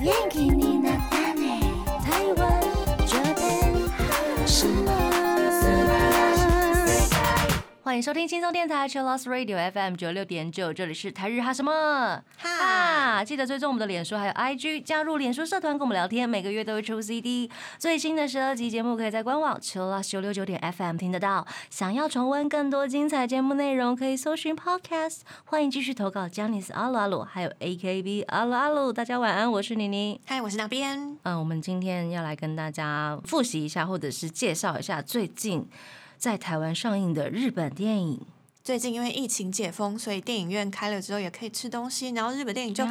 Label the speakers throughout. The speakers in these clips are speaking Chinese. Speaker 1: 元気になったね台湾这边什么？
Speaker 2: 欢迎收听轻松电台 Chill Lost Radio FM 九六点九，这里是台日哈什么
Speaker 3: 哈
Speaker 2: 哈，记得追踪我们的脸书还有 IG，加入脸书社团跟我们聊天，每个月都会出 CD，最新的十二集节目可以在官网 Chill Lost 九六九点 FM 听得到。想要重温更多精彩节目内容，可以搜寻 Podcast。欢迎继续投稿 j a n i c e 阿鲁阿鲁，还有 AKB 阿鲁阿鲁。大家晚安，我是妮妮。
Speaker 3: 嗨，我是那边。
Speaker 2: 嗯，我们今天要来跟大家复习一下，或者是介绍一下最近在台湾上映的日本电影。
Speaker 3: 最近因为疫情解封，所以电影院开了之后也可以吃东西，然后日本电影就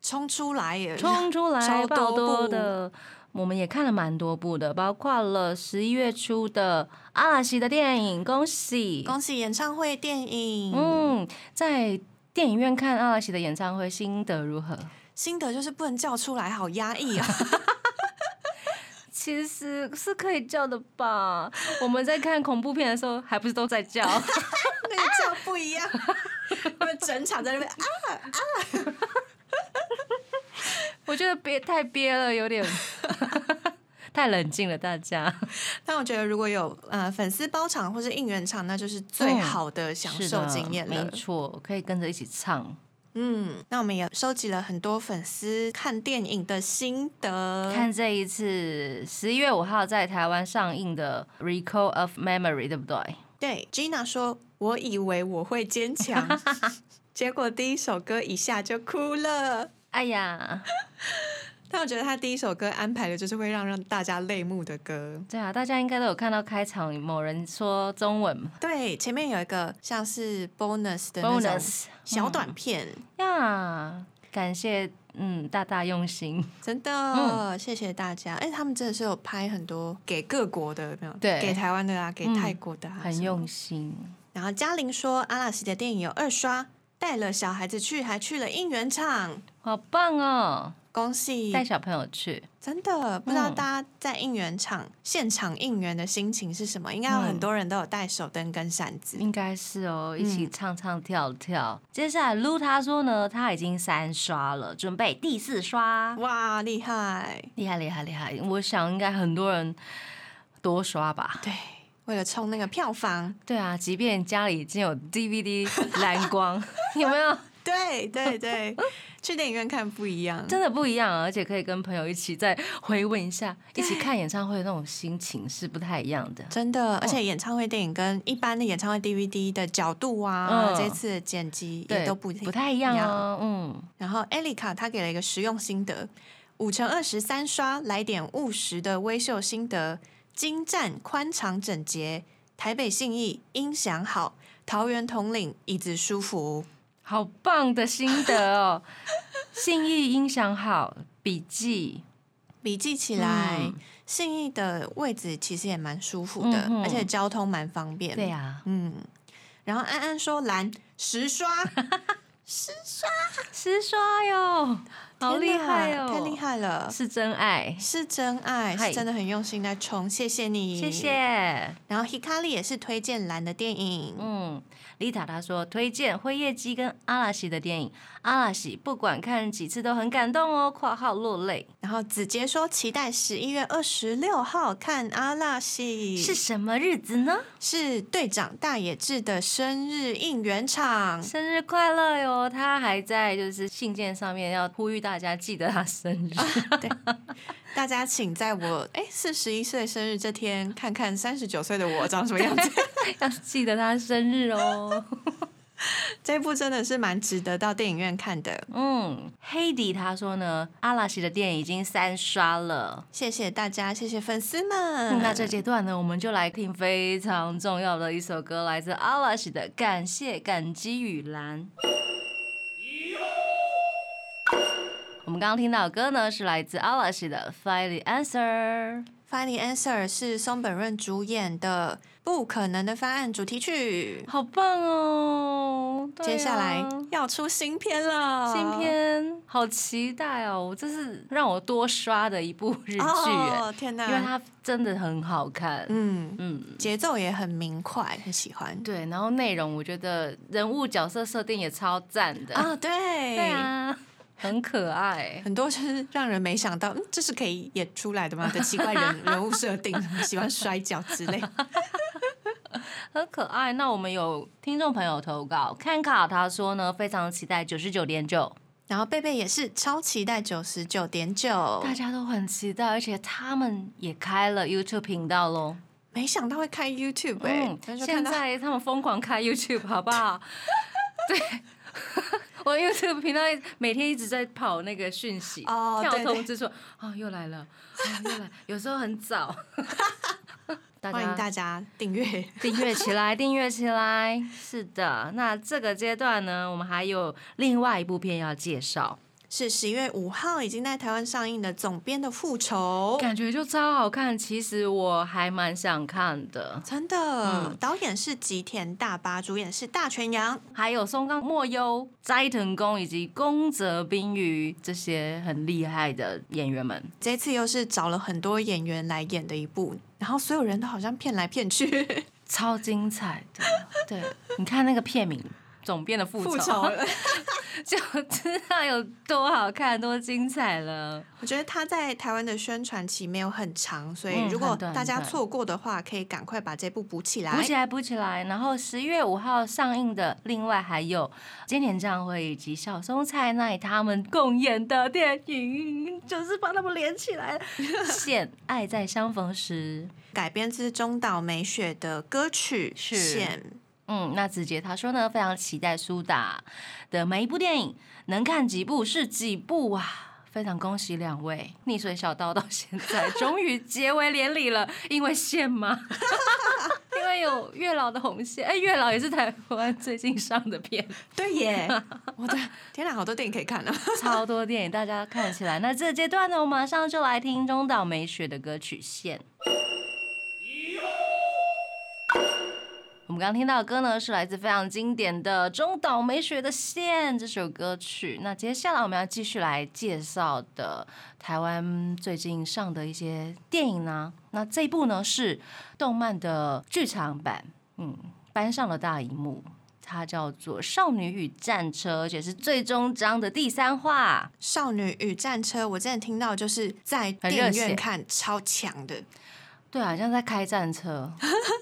Speaker 3: 冲出来耶，
Speaker 2: 冲出来
Speaker 3: 超
Speaker 2: 爆多
Speaker 3: 部。
Speaker 2: 的。我们也看了蛮多部的，包括了十一月初的阿拉西的电影，恭喜！
Speaker 3: 恭喜演唱会电影，
Speaker 2: 嗯，在电影院看阿拉西的演唱会，心得如何？
Speaker 3: 心得就是不能叫出来，好压抑啊！
Speaker 2: 其实是可以叫的吧。 我们在看恐怖片的时候，还不是都在 叫？
Speaker 3: 那个叫不一样， 我们整场在那边啊，
Speaker 2: 我觉得憋太憋了，有 点太冷静了，大家。
Speaker 3: 但我觉得如果有呃粉丝包场或是应援场，那就是最好的享
Speaker 2: 哦是
Speaker 3: 受
Speaker 2: 的
Speaker 3: 经验了
Speaker 2: 没。错，可以跟着一起唱。
Speaker 3: 嗯，那我们也收集了很多粉丝看电影的心得，
Speaker 2: 看这一次十一月五号在台湾上映的《Recall of Memory》，对不对？
Speaker 3: 对，Gina 说：“我以为我会坚 强，结果第一首歌一下就哭了。
Speaker 2: 哎呀，”
Speaker 3: 但我觉得他第一首歌安排的就是会让让大家泪目的歌。
Speaker 2: 对啊，大家应该都有看到开场某人说中文
Speaker 3: 对，前面有一个像是 bonus 的那种
Speaker 2: bonus 嗯
Speaker 3: 小短片，
Speaker 2: 呀，感谢嗯大大用心，
Speaker 3: 真的、
Speaker 2: 嗯
Speaker 3: 谢谢大家。哎，他们真的是有拍很多给各国的，有没有？
Speaker 2: 对
Speaker 3: 给台湾的啊，给
Speaker 2: 嗯
Speaker 3: 泰国的啊，
Speaker 2: 很
Speaker 3: 什么
Speaker 2: 用心。
Speaker 3: 然后嘉玲说，阿拉西的电影有二刷，带了小孩子去，还去了应援场，
Speaker 2: 好棒哦！
Speaker 3: 恭喜！
Speaker 2: 带小朋友去，
Speaker 3: 真的不知道
Speaker 2: 嗯
Speaker 3: 大家在应援场、现场应援的心情是什么？应该有很多人都有带手灯跟扇子。
Speaker 2: 应该是哦，一起唱唱跳跳。接下来撸他说呢，他已经三刷了，准备第四刷，
Speaker 3: 哇，厉害！
Speaker 2: 厉害厉害厉害！我想应该很多人多刷吧。
Speaker 3: 对，为了冲那个票房，
Speaker 2: 对啊，即便家里已经有 DVD 蓝光， 有没有？
Speaker 3: 对对对， 去电影院看不一样。
Speaker 2: 真的不一样啊，而且可以跟朋友一起再回温一下，一起看演唱会的那种心情是不太一样的。
Speaker 3: 真的，而且演唱会电影跟一般的演唱会 DVD 的角度啊，
Speaker 2: 嗯
Speaker 3: 这次的剪辑也
Speaker 2: 对，
Speaker 3: 都不
Speaker 2: 不太一样哦。嗯，
Speaker 3: 然后 Elika 她给了一个实用心得：五乘二十三刷，来点务实的微秀心得。精湛、宽敞、整洁，台北信义音响好，桃园统领椅子舒服。
Speaker 2: 好棒的心得哦， 信义音响好，笔记
Speaker 3: 笔记起来，
Speaker 2: 嗯
Speaker 3: 信义的位置其实也蛮舒服的，
Speaker 2: 嗯哼
Speaker 3: 而且交通蛮方便。
Speaker 2: 对、啊呀、
Speaker 3: 嗯。然后安安说蓝 十刷，
Speaker 2: 啊，十刷哟，好厉害哦，
Speaker 3: 天哪太厉，害了，
Speaker 2: 是真爱，
Speaker 3: 是真爱，
Speaker 2: 嗨
Speaker 3: 是真的很用心在冲，谢谢你，
Speaker 2: 谢谢。
Speaker 3: 然后 Hikari 也是推荐蓝的电影，
Speaker 2: 嗯，丽塔她说推荐辉夜姬跟阿拉西的电影，《阿拉西》不管看几次都很感动哦（括号落泪
Speaker 3: 然后子杰说期待十一月二十六号看阿拉）西，
Speaker 2: 是什么日子呢？
Speaker 3: 是队长大野智的生日应援场，
Speaker 2: 生日快乐哟！她还在就是信件上面要呼吁大家记得她生 日。
Speaker 3: 大家请在我哎四十一岁生日这天看看三十九岁的我长什么样 子。
Speaker 2: 哎要记得她生日哦。
Speaker 3: 这部真的是蛮值得到电影院看的，
Speaker 2: 嗯，黑迪她说呢，阿拉西的电影已经三刷了。
Speaker 3: 谢谢大家，谢谢粉丝们。
Speaker 2: 嗯那这阶段呢，我们就来听非常重要的一首歌，来自阿拉西的《感谢感激雨兰》。我们刚刚听到的歌呢，是来自阿拉西的《Find the Answer》。
Speaker 3: Funny Answer 是松本润主演的《不可能的方案》主题曲，
Speaker 2: 好棒哦！对啊
Speaker 3: 接下来要出新片了，
Speaker 2: 新片好期待哦！我这是让我多刷的一部日剧耶，
Speaker 3: 哦，天哪！
Speaker 2: 因为它真的很好看。
Speaker 3: 嗯，
Speaker 2: 嗯，
Speaker 3: 节奏也很明快，很喜欢。
Speaker 2: 对，然后内容我觉得人物角色设定也超赞的
Speaker 3: 啊、对，
Speaker 2: 对，啊，很 很可爱。
Speaker 3: 很多就是让人没想到，嗯，这是可以演出来的吗？的奇怪人人物设定，喜欢摔跤之 类。
Speaker 2: 很可爱。那我们有听众朋友投稿，看卡他说呢，非常期待九十九点九，
Speaker 3: 然后贝贝也是超期待九十九点九
Speaker 2: 大，家都很期待，而且他们也开了 YouTube 频道喽。
Speaker 3: 没想到会开 YouTube 哎、
Speaker 2: 嗯，
Speaker 3: 但是看
Speaker 2: 现
Speaker 3: 到
Speaker 2: 在他们疯狂开 YouTube 好不 好？对， 我 YouTube 频道一每天一直在跑那个讯息，
Speaker 3: 哦
Speaker 2: 跳
Speaker 3: 对
Speaker 2: 通知说啊、哦、又来了，啊、又来，有时候很 早。大
Speaker 3: 欢迎
Speaker 2: 家
Speaker 3: 大家订阅。
Speaker 2: 订阅起来， 订阅起来。是的，那这个阶段呢，我们还有另外一部片要介绍。
Speaker 3: 是十一月五号已经在台湾上映的《总编的复仇》，
Speaker 2: 感觉就超好看。其实我还蛮想看的。
Speaker 3: 真
Speaker 2: 嗯
Speaker 3: 的，导演是吉田大巴，主演是大泉洋。
Speaker 2: 还有松冈莫优、斋藤工以及宫泽冰鱼这些很厉害的演员们，
Speaker 3: 这次又是找了很多演员来演的一部，然后所有人都好像骗来骗去，
Speaker 2: 超精彩 的。对，你看那个片名《总编的复仇》 就知道有多好看、多精彩了。
Speaker 3: 我觉得他在台湾的宣传期没有很长，所以
Speaker 2: 嗯
Speaker 3: 如果
Speaker 2: 很短
Speaker 3: 大家
Speaker 2: 很短
Speaker 3: 错过的话，可以赶快把这部补起来。
Speaker 2: 补起来，补起来。然后十月五号上映的，另外还有菅田将晖以及小松菜奈他们共演的电影，就是把他们连起来， 《现爱在相逢时》。
Speaker 3: 改编自中岛美雪的歌曲《
Speaker 2: 是
Speaker 3: 线》，
Speaker 2: 嗯，那子杰他说呢，非常期待苏打的每一部电影，能看几部是几部啊！非常恭喜两位，溺水小刀到现在终于结为连理了，因为线吗？ 因为有月老的红线，哎、月老也是台湾最近上的片，
Speaker 3: 对 耶！我的天哪，好多电影可以看了。
Speaker 2: 超多电影，大家看起来。那这个阶段呢，我马上就来听中岛美雪的歌曲《线》。我们刚刚听到的歌呢，是来自非常经典的中岛美雪的《线》这首歌曲。那接下来我们要继续来介绍的台湾最近上的一些电影呢，那这一部呢是动漫的剧场版，嗯，搬上了大荧幕。它叫做《少女与战车》，而且是最终章的第三话。
Speaker 3: 《少女与战车》，我之前听到就是在
Speaker 2: 很
Speaker 3: 电
Speaker 2: 热
Speaker 3: 影
Speaker 2: 血
Speaker 3: 院看，超强的。
Speaker 2: 对啊，好像在开战车。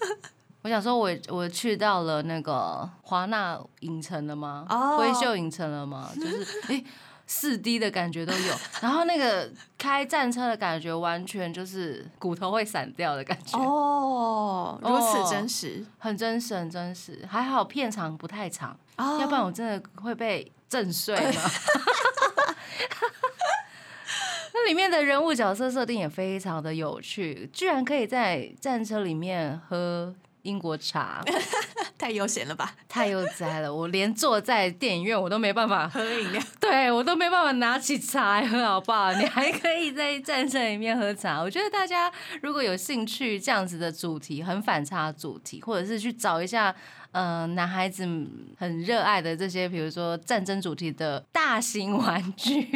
Speaker 2: 我想说我，我去到了那个华纳影城了吗？
Speaker 3: 哦
Speaker 2: 微秀影城了吗？就是诶，四、D 的感觉都有，然后那个开战车的感觉完全就是骨头会散掉的感觉，
Speaker 3: 哦，如
Speaker 2: 哦
Speaker 3: 此真实
Speaker 2: 很真实，很真实。还好片长不太长，
Speaker 3: 哦
Speaker 2: 要不然我真的会被震碎了。 那里面的人物角色设定也非常的有趣，居然可以在战车里面喝英国茶，
Speaker 3: 太悠闲了吧？
Speaker 2: 太悠哉了！我连坐在电影院我都没办法，
Speaker 3: 喝饮 料，
Speaker 2: 对我都没办法拿起茶来喝，好不好？你还可以在 战车里面喝茶。我觉得大家如果有兴趣这样子的主题，很反差的主题，或者是去找一下，呃，男孩子很热爱的这些，比如说战争主题的大型玩 具。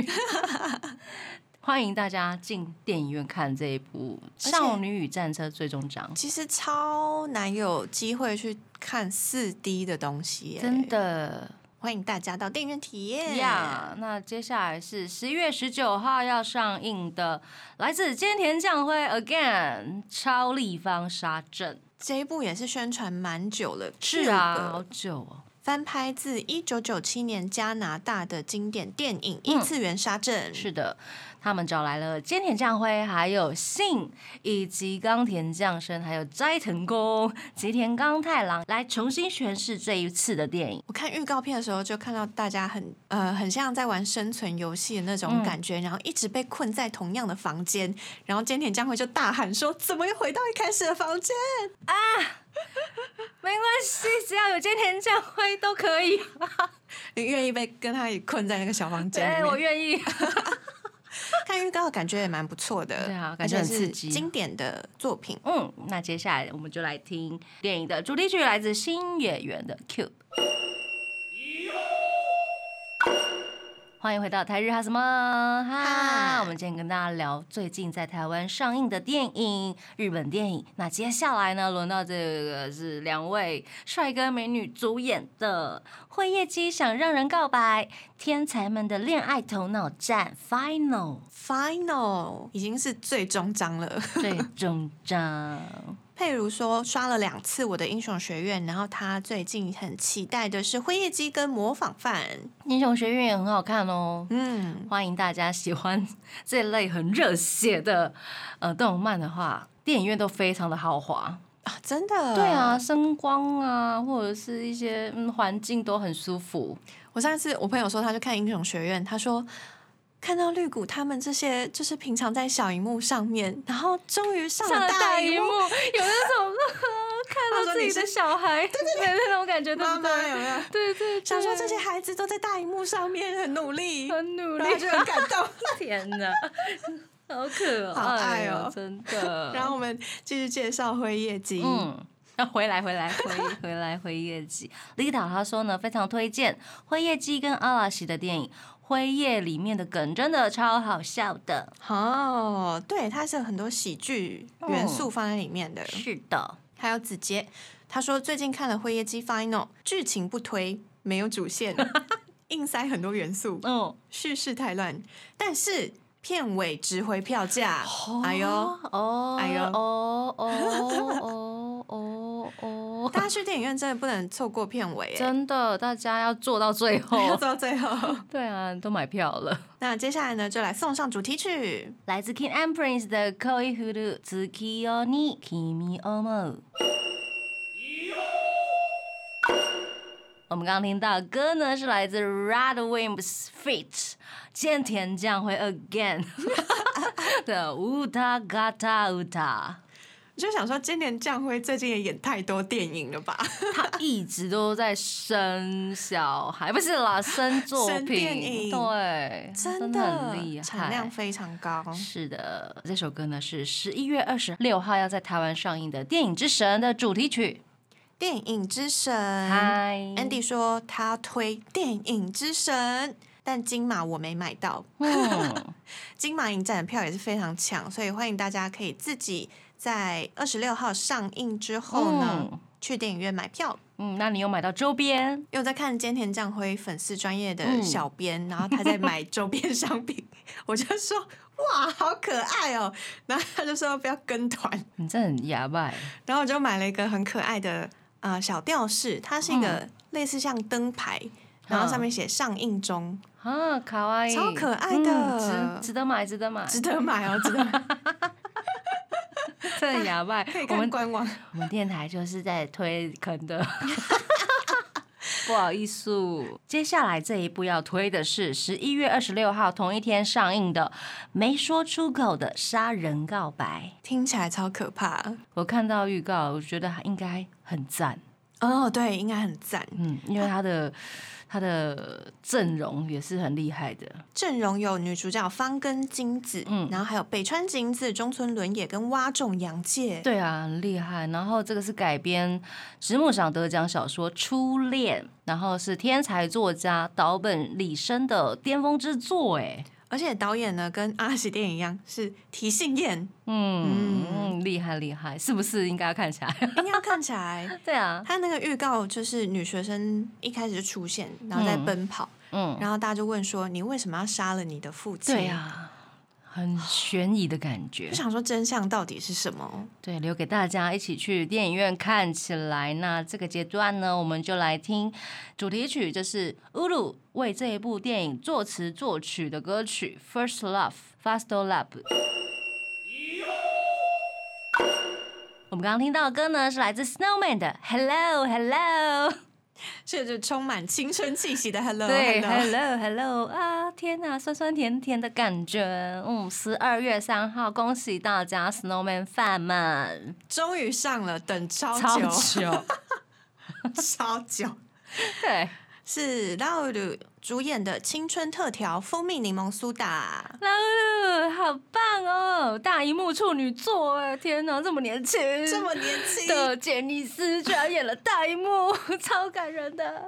Speaker 2: 欢迎大家进电影院看这一部《
Speaker 3: 且
Speaker 2: 少女与战车》最终章，
Speaker 3: 其实超难有机会去看四 D 的东西耶，
Speaker 2: 真的
Speaker 3: 欢迎大家到电影院体验。
Speaker 2: 呀那接下来是十一月十九号要上映的，来自菅田将晖 Again 超立方沙阵。
Speaker 3: 这一部也是宣传蛮久了，
Speaker 2: 是啊，好，久哦。
Speaker 3: 翻拍自一九九七年加拿大的经典电影《异次元杀阵》，
Speaker 2: 嗯是的，他们找来了菅田将晖，还有信，以及冈田将生，还有斋藤工、吉田刚太郎来重新诠释这一次的电影。
Speaker 3: 我看预告片的时候，就看到大家很呃，很像在玩生存游戏的那种
Speaker 2: 嗯
Speaker 3: 感觉，然后一直被困在同样的房间，然后菅田将晖就大喊说：“怎么又回到一开始的房间
Speaker 2: 没关系，只要有菅田将晖都可以。？”
Speaker 3: 你愿意被跟他一起困在那个小房间
Speaker 2: 对，
Speaker 3: 里
Speaker 2: 哎我
Speaker 3: 面？
Speaker 2: 愿意。
Speaker 3: 看预告感觉也蛮不错的，
Speaker 2: 对啊
Speaker 3: 而
Speaker 2: 感觉
Speaker 3: 且
Speaker 2: 很
Speaker 3: 是
Speaker 2: 刺激
Speaker 3: 经典的作品。
Speaker 2: 嗯，那接下来我们就来听电影的主题曲，来自新演员的《Q》。欢迎回到台日哈什么哈
Speaker 3: 哈。
Speaker 2: 我们今天跟大家聊最近在台湾上映的电影，日本电影。那接下来呢，轮到这个是两位帅哥美女主演的《会夜姬想让人告白》，天才们的恋爱头脑战 Final
Speaker 3: ，Final 已经是最终章了。
Speaker 2: 最终章。
Speaker 3: 佩如说刷了两次我的英雄学院，然后他最近很期待的是《辉夜姬》跟《模仿犯》。
Speaker 2: 英雄学院也很好看哦。
Speaker 3: 嗯，
Speaker 2: 欢迎大家喜欢这类很热血的呃动漫的话，电影院都非常的豪华。
Speaker 3: 啊，真的，
Speaker 2: 对啊，，声光啊，或者是一些嗯环境都很舒服。
Speaker 3: 我上次我朋友说他去看英雄学院，他说。看到绿谷他们这些，就是平常在小荧幕上面，然后终于上了大荧幕，
Speaker 2: 有那种看到自己的小孩，对对对，那种感觉，对
Speaker 3: 妈
Speaker 2: 不
Speaker 3: 妈有
Speaker 2: 对？
Speaker 3: 没有？
Speaker 2: 对对对，
Speaker 3: 想说这些孩子都在大荧幕上面很努力，
Speaker 2: 很努
Speaker 3: 然
Speaker 2: 力
Speaker 3: 后，就很感 动。
Speaker 2: 天哪，好可
Speaker 3: 好
Speaker 2: 爱
Speaker 3: 爱
Speaker 2: 哦
Speaker 3: 哦，
Speaker 2: 真的。
Speaker 3: 然后我们继续介绍辉夜姬，
Speaker 2: 嗯。 要回来，回来，回回来，回夜季。李导他说呢，非常推荐《辉夜姬》跟阿拉西的电影，《辉夜》里面的梗真的超好笑的。
Speaker 3: 哦，对，它是有很多喜剧元素放在里面的。
Speaker 2: 是的，
Speaker 3: 还有子杰，他说最近看了《辉夜姬 Final》，剧情不推，没有 主线，硬塞很多元素，
Speaker 2: 嗯，
Speaker 3: 叙事太乱，但是片尾值回票价。哎呦！
Speaker 2: 哦，
Speaker 3: 哎呦
Speaker 2: 哦，哦，哦，哦，哦，
Speaker 3: 大家去电影院真的不能错过片尾，哎
Speaker 2: 真的，哦大家要做到最
Speaker 3: 要
Speaker 2: 后。
Speaker 3: 走到最后。
Speaker 2: 对啊，都买票了。
Speaker 3: 那接下来呢，就来送上主题曲。
Speaker 2: 来自 King and Prince 的《恋降る月夜に君を思う》。我们刚刚听到的歌呢，是来自 Red Wimps feat. 菅田将晖 Again 的《乌塔嘎塔乌塔
Speaker 3: 我就想说，今年将辉最近也演太多电影了吧？》，
Speaker 2: 他一直都在生小孩，不是啦，生作
Speaker 3: 生电
Speaker 2: 品，
Speaker 3: 影
Speaker 2: 对，
Speaker 3: 真
Speaker 2: 的很厉害，
Speaker 3: 产量非常高。
Speaker 2: 是的，这首歌呢是十一月二十六号要在台湾上映的《电影之神》的主题曲。
Speaker 3: 电影之神
Speaker 2: 嗨
Speaker 3: 嗯 Andy 说他推电影之神，但金马我没买到，
Speaker 2: 嗯，
Speaker 3: 金马影展的票也是非常抢，所以欢迎大家可以自己在二十六号上映之后呢，
Speaker 2: 嗯
Speaker 3: 去电影院买票。
Speaker 2: 嗯，那你有买到周边？
Speaker 3: 因为我在看菅田将晖粉丝专业的
Speaker 2: 嗯
Speaker 3: 小编，然后他在买周边商 品，我就说哇，好可爱哦，然后他就说不要跟团，
Speaker 2: 你真的很牙 白，
Speaker 3: 然后我就买了一个很可爱的呃小吊饰，它是一个
Speaker 2: 嗯
Speaker 3: 类似像灯牌，然后上面写上映中，
Speaker 2: 啊，卡哇伊，
Speaker 3: 超可爱的
Speaker 2: 嗯值值得买，值得买，
Speaker 3: 值得 买哦，值得买，
Speaker 2: 真的牙白
Speaker 3: 可以。
Speaker 2: 我
Speaker 3: 看
Speaker 2: 们
Speaker 3: 官网。
Speaker 2: 我们电台就是在推坑 的。不好意思，接下来这一部要推的是十一月二十六号同一天上映的《没说出口的杀人告白》。
Speaker 3: 听起来超可怕
Speaker 2: 我看到预告，我觉得应该很赞，
Speaker 3: 哦，对，应该很赞。
Speaker 2: 嗯，因为他的他的阵容也是很厉害的，
Speaker 3: 阵容有女主角方根金子，
Speaker 2: 嗯
Speaker 3: 然后还有北川景子、中村伦也跟蛙重洋介。
Speaker 2: 对啊，很厉害。然后这个是改编直木赏得奖小说《初恋》，然后是天才作家岛本理生的巅峰之作，哎，
Speaker 3: 而且导演呢跟阿喜电影一样是提 信彦，
Speaker 2: 嗯嗯，厉害厉害，是不是应该要看起来？
Speaker 3: 应该哎要看起来
Speaker 2: 对啊，
Speaker 3: 他那个预告就是女学生一开始就出现，然后在
Speaker 2: 嗯
Speaker 3: 奔跑，
Speaker 2: 嗯，
Speaker 3: 然后大家就问说：“你为什么要杀了你的父亲？”
Speaker 2: 对，啊，很悬疑的感觉
Speaker 3: 就。想说真相到底是什么？
Speaker 2: 对，留给大家一起去电影院看起来。那这个阶段呢，我们就来听主题曲，就是乌鲁为这一部电影作词作曲的歌曲《First Love》（First Love）。我们刚刚听到的歌呢，是来自 Snowman 的《Hello Hello》。
Speaker 3: 这就充满青春气息的 Hello，
Speaker 2: 对
Speaker 3: hello
Speaker 2: ，Hello Hello 啊，天呐，酸酸甜甜的感觉。嗯，十二月三号，恭喜大家 Snowman 饭们，
Speaker 3: 终于上了，等超
Speaker 2: 超
Speaker 3: 久，
Speaker 2: 久。
Speaker 3: 超久
Speaker 2: 对。
Speaker 3: 是 Loud 主演的青春特调蜂蜜柠檬苏打。
Speaker 2: 啦噜噜，好棒哦！大荧幕处女座，哎，天哪，这么年轻，
Speaker 3: 这么嗯年轻，
Speaker 2: 的杰尼斯居然演了大荧幕， 超感人的。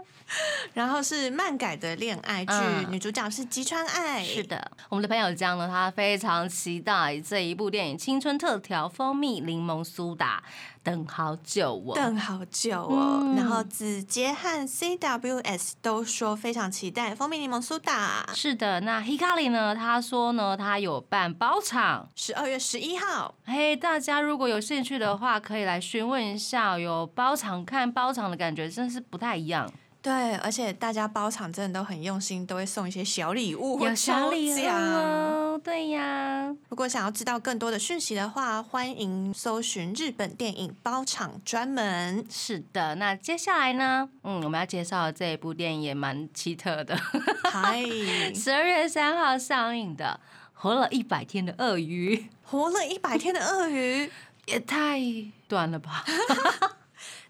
Speaker 3: 然后是漫改的恋爱剧，
Speaker 2: 嗯
Speaker 3: 女主角是吉川爱，
Speaker 2: 是的，我们的朋友江呢，他非常期待这一部电影《青春特调蜂蜜柠檬苏打》，等好久哦。
Speaker 3: 等好久哦。
Speaker 2: 嗯
Speaker 3: 然后子杰和 CWS 都说非常期待蜂蜜柠檬苏打，
Speaker 2: 是的，那 Hikari 呢？他说呢，他有办包场，
Speaker 3: 十二月十一号。
Speaker 2: 嘿，大家如果有兴趣的话，可以来询问一下。有包场看包场的感觉真是不太一样，
Speaker 3: 对，而且大家包场真的都很用心，都会送一些小礼物或
Speaker 2: 有小礼
Speaker 3: 抽
Speaker 2: 物
Speaker 3: 奖。
Speaker 2: 哦。对呀，
Speaker 3: 如果想要知道更多的讯息的话，欢迎搜寻日本电影包场专门。
Speaker 2: 是的。那接下来呢？嗯，我们要介绍的这一部电影也蛮奇特的，
Speaker 3: 嗨，
Speaker 2: 十二月三号上映的《活了一百天的鳄鱼》，
Speaker 3: 活了一百天的鳄鱼，
Speaker 2: 也太短了吧？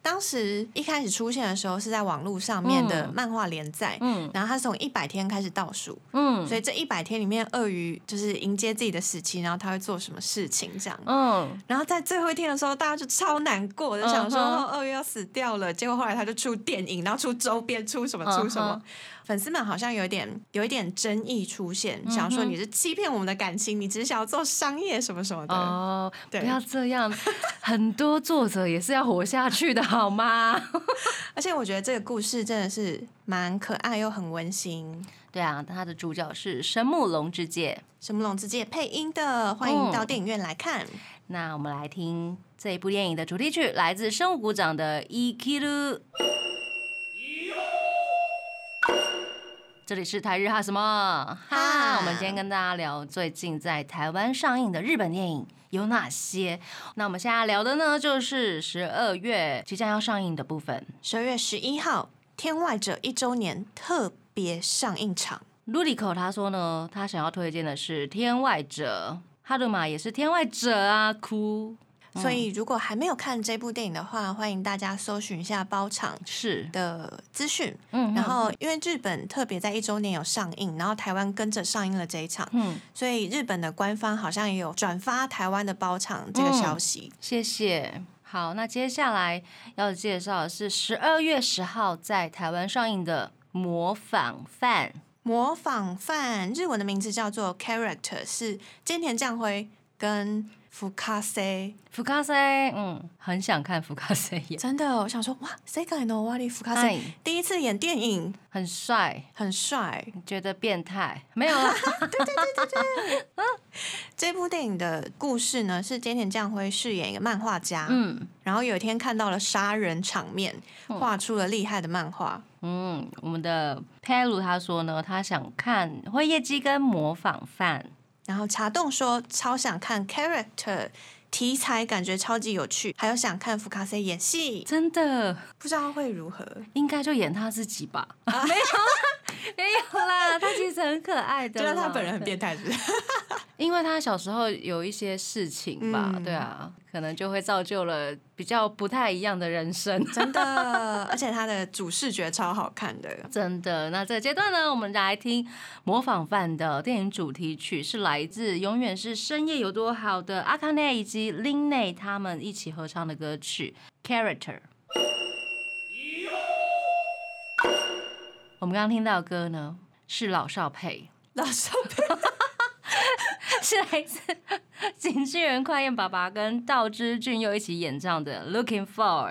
Speaker 3: 当时一开始出现的时候是在网络上面的
Speaker 2: 嗯
Speaker 3: 漫画连载，
Speaker 2: 嗯
Speaker 3: 然后它是从一百天开始倒数，
Speaker 2: 嗯
Speaker 3: 所以这一百天里面，鳄鱼就是迎接自己的时期，然后它会做什么事情这样。
Speaker 2: 嗯，
Speaker 3: 然后在最后一天的时候，大家就超难过，就想说
Speaker 2: 嗯哼
Speaker 3: 哦鳄鱼要死掉了。结果后来他就出电影，然后出周边，出什么出什么
Speaker 2: 嗯哼
Speaker 3: 粉丝们好像有一点有一点争议出现，
Speaker 2: 嗯哼
Speaker 3: 想说你是欺骗我们的感情，你只是想要做商业什么什么的。
Speaker 2: 哦，
Speaker 3: 对
Speaker 2: 不要这样，很多作者也是要活下去的好吗？
Speaker 3: 而且我觉得这个故事真的是蛮可爱又很温馨。
Speaker 2: 对啊，它的主角是神木隆之介。
Speaker 3: 神木龙之介配音的，欢迎
Speaker 2: 哦
Speaker 3: 到电影院来看。
Speaker 2: 那我们来听这一部电影的主题曲，来自生物鼓掌的《一 k i u 这里是台日哈什么哈？
Speaker 3: 哈
Speaker 2: 我们今天跟大家聊最近在台湾上映的日本电影有哪些。那我们现在聊的呢，就是十二月即将要上映的部分。
Speaker 3: 十二、月十一号，《天外者》一周年特别上映场。
Speaker 2: Ludico 他说呢，他想要推荐的是《天外者》，哈鲁玛也是《天外者》啊，哭
Speaker 3: 所以，如果还没有看这部电影的话，欢迎大家搜寻一下包场
Speaker 2: 是，
Speaker 3: 的资讯。
Speaker 2: 嗯
Speaker 3: 然后，因为日本特别在一周年有上映，然后台湾跟着上映了这一场，
Speaker 2: 嗯，
Speaker 3: 所以日本的官方好像也有转发台湾的包场这个消息。
Speaker 2: 谢谢。好，那接下来要介绍的是十二月十号在台湾上映的《模仿犯》。
Speaker 3: 模仿犯日文的名字叫做 Character，是菅田将晖跟福卡塞。
Speaker 2: 福卡塞，嗯，很想看福卡塞演，
Speaker 3: 真的，我想说哇，谁敢呢？瓦里福卡塞
Speaker 2: 哎
Speaker 3: 第一次演电影，
Speaker 2: 很帅，
Speaker 3: 很帅。
Speaker 2: 觉得变态，没有啦。啊
Speaker 3: 这部电影的故事呢，是菅田将晖饰演一个漫画家，
Speaker 2: 嗯
Speaker 3: 然后有一天看到了杀人场面，画出了厉害的漫画。
Speaker 2: 嗯，我们的佩鲁他说呢，他想看《灰夜姬》跟《模仿犯》。
Speaker 3: 然后茶洞说超想看 character 题材，感觉超级有趣，还有想看福卡塞演戏，
Speaker 2: 真的
Speaker 3: 不知道会如何。
Speaker 2: 应该就演他自己吧？
Speaker 3: 啊
Speaker 2: 啊没有啦，没有啦，他其实很可爱的
Speaker 3: 觉
Speaker 2: 啦，
Speaker 3: 得他本人很变态，是不 是？
Speaker 2: 对，因为他小时候有一些事情吧，
Speaker 3: 嗯
Speaker 2: 对啊，可能就会造就了比较不太一样的人生。
Speaker 3: 真的，而且他的主视觉超好看的。
Speaker 2: 真的，那这个阶段呢，我们来听模仿犯的电影主题曲，是来自《永远是深夜有多好》的阿卡内以及 Lin 内他们一起合唱的歌曲《Character》。我们刚刚听到的歌呢，是老少配，
Speaker 3: 老少配
Speaker 2: 是来自景巨人快彦爸爸跟道之俊佑一起演唱的《Looking For》。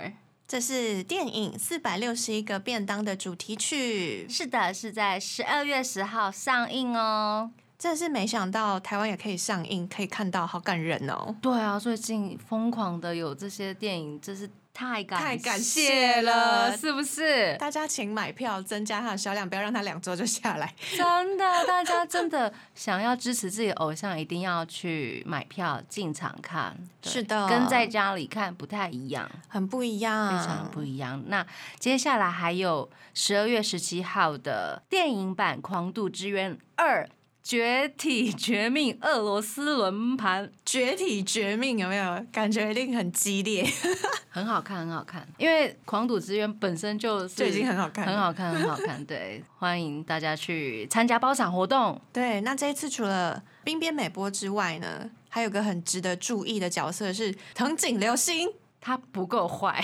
Speaker 3: 这是电影《四百六十一个便当》的主题曲，
Speaker 2: 是的，是在十二月十号上映哦。
Speaker 3: 真是没想到台湾也可以上映，可以看到，好感人哦！
Speaker 2: 对啊，最近疯狂的有这些电影，真是太感
Speaker 3: 太感
Speaker 2: 谢
Speaker 3: 谢了
Speaker 2: 是不是？
Speaker 3: 大家请买票，增加它的销量，不要让它两周就 下来。
Speaker 2: 真的，大家真的想要支持自己的偶像，一定要去买票进场看。对
Speaker 3: 是的
Speaker 2: 跟在家里看不太一样，
Speaker 3: 很不一样，
Speaker 2: 非常不一样。那接下来还有十二月十七号的电影版《狂赌之渊二》绝体绝命俄罗斯轮盘，
Speaker 3: 绝体绝命有没有？感觉一定很激烈，
Speaker 2: 很好看，很好看。因为《狂赌之渊》本身就是
Speaker 3: 就已经很好看了
Speaker 2: 很好看，很好看。对，欢迎大家去参加包场活动。
Speaker 3: 对，那这一次除了冰边美波之外呢，还有个很值得注意的角色是藤井流星，
Speaker 2: 他不够坏，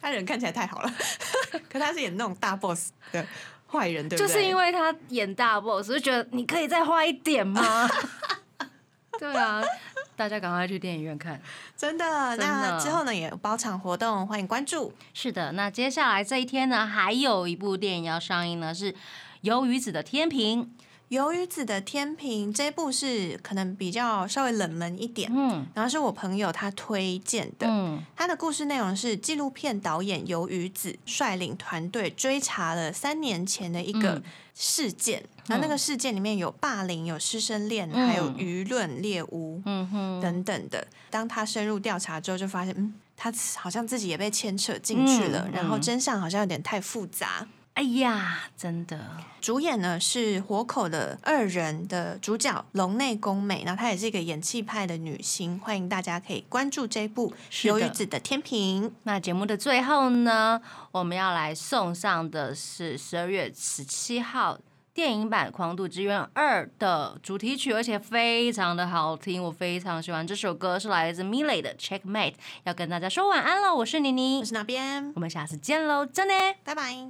Speaker 3: 他人看起来太好了， 可他是演那种大 boss 的坏人，对不
Speaker 2: 就
Speaker 3: 对？
Speaker 2: 是因为他演大 boss，就觉得你可以再坏一点吗？ 对啊，大家赶快去电影院看。
Speaker 3: 真的。那
Speaker 2: 真的
Speaker 3: 之后呢，也有包场活动，欢迎关注。
Speaker 2: 是的，那接下来这一天呢，还有一部电影要上映呢，是《鱿鱼子的天平》。
Speaker 3: 鱿鱼子的天平这部是可能比较稍微冷门一点，
Speaker 2: 嗯
Speaker 3: 然后是我朋友他推荐的。
Speaker 2: 嗯，
Speaker 3: 他的故事内容是纪录片导演鱿鱼子率领团队追查了三年前的一个
Speaker 2: 嗯
Speaker 3: 事件，那、那个事件里面有霸凌、有师生恋，还有
Speaker 2: 嗯
Speaker 3: 舆论猎巫
Speaker 2: 嗯哼，
Speaker 3: 等等的。当他深入调查之后，就发现，嗯，他好像自己也被牵扯进去了，
Speaker 2: 嗯
Speaker 3: 然后
Speaker 2: 嗯
Speaker 3: 真相好像有点太复杂。
Speaker 2: 哎呀，真的，
Speaker 3: 主演呢是《活口的二人》的主角龙内宫美，然后她也是一个演技派的女星，欢迎大家可以关注这部《
Speaker 2: 是
Speaker 3: 鱿
Speaker 2: 的
Speaker 3: 鱼子的天平》。
Speaker 2: 那节目的最后呢，我们要来送上的是十二月十七号电影版《狂赌之渊二》的主题曲，而且非常的好听，我非常喜欢这首歌，是来自 Miley 的《Checkmate》。要跟大家说晚安了，我是妮妮
Speaker 3: 我，是哪边？
Speaker 2: 我们下次见喽，真的。
Speaker 3: 拜拜。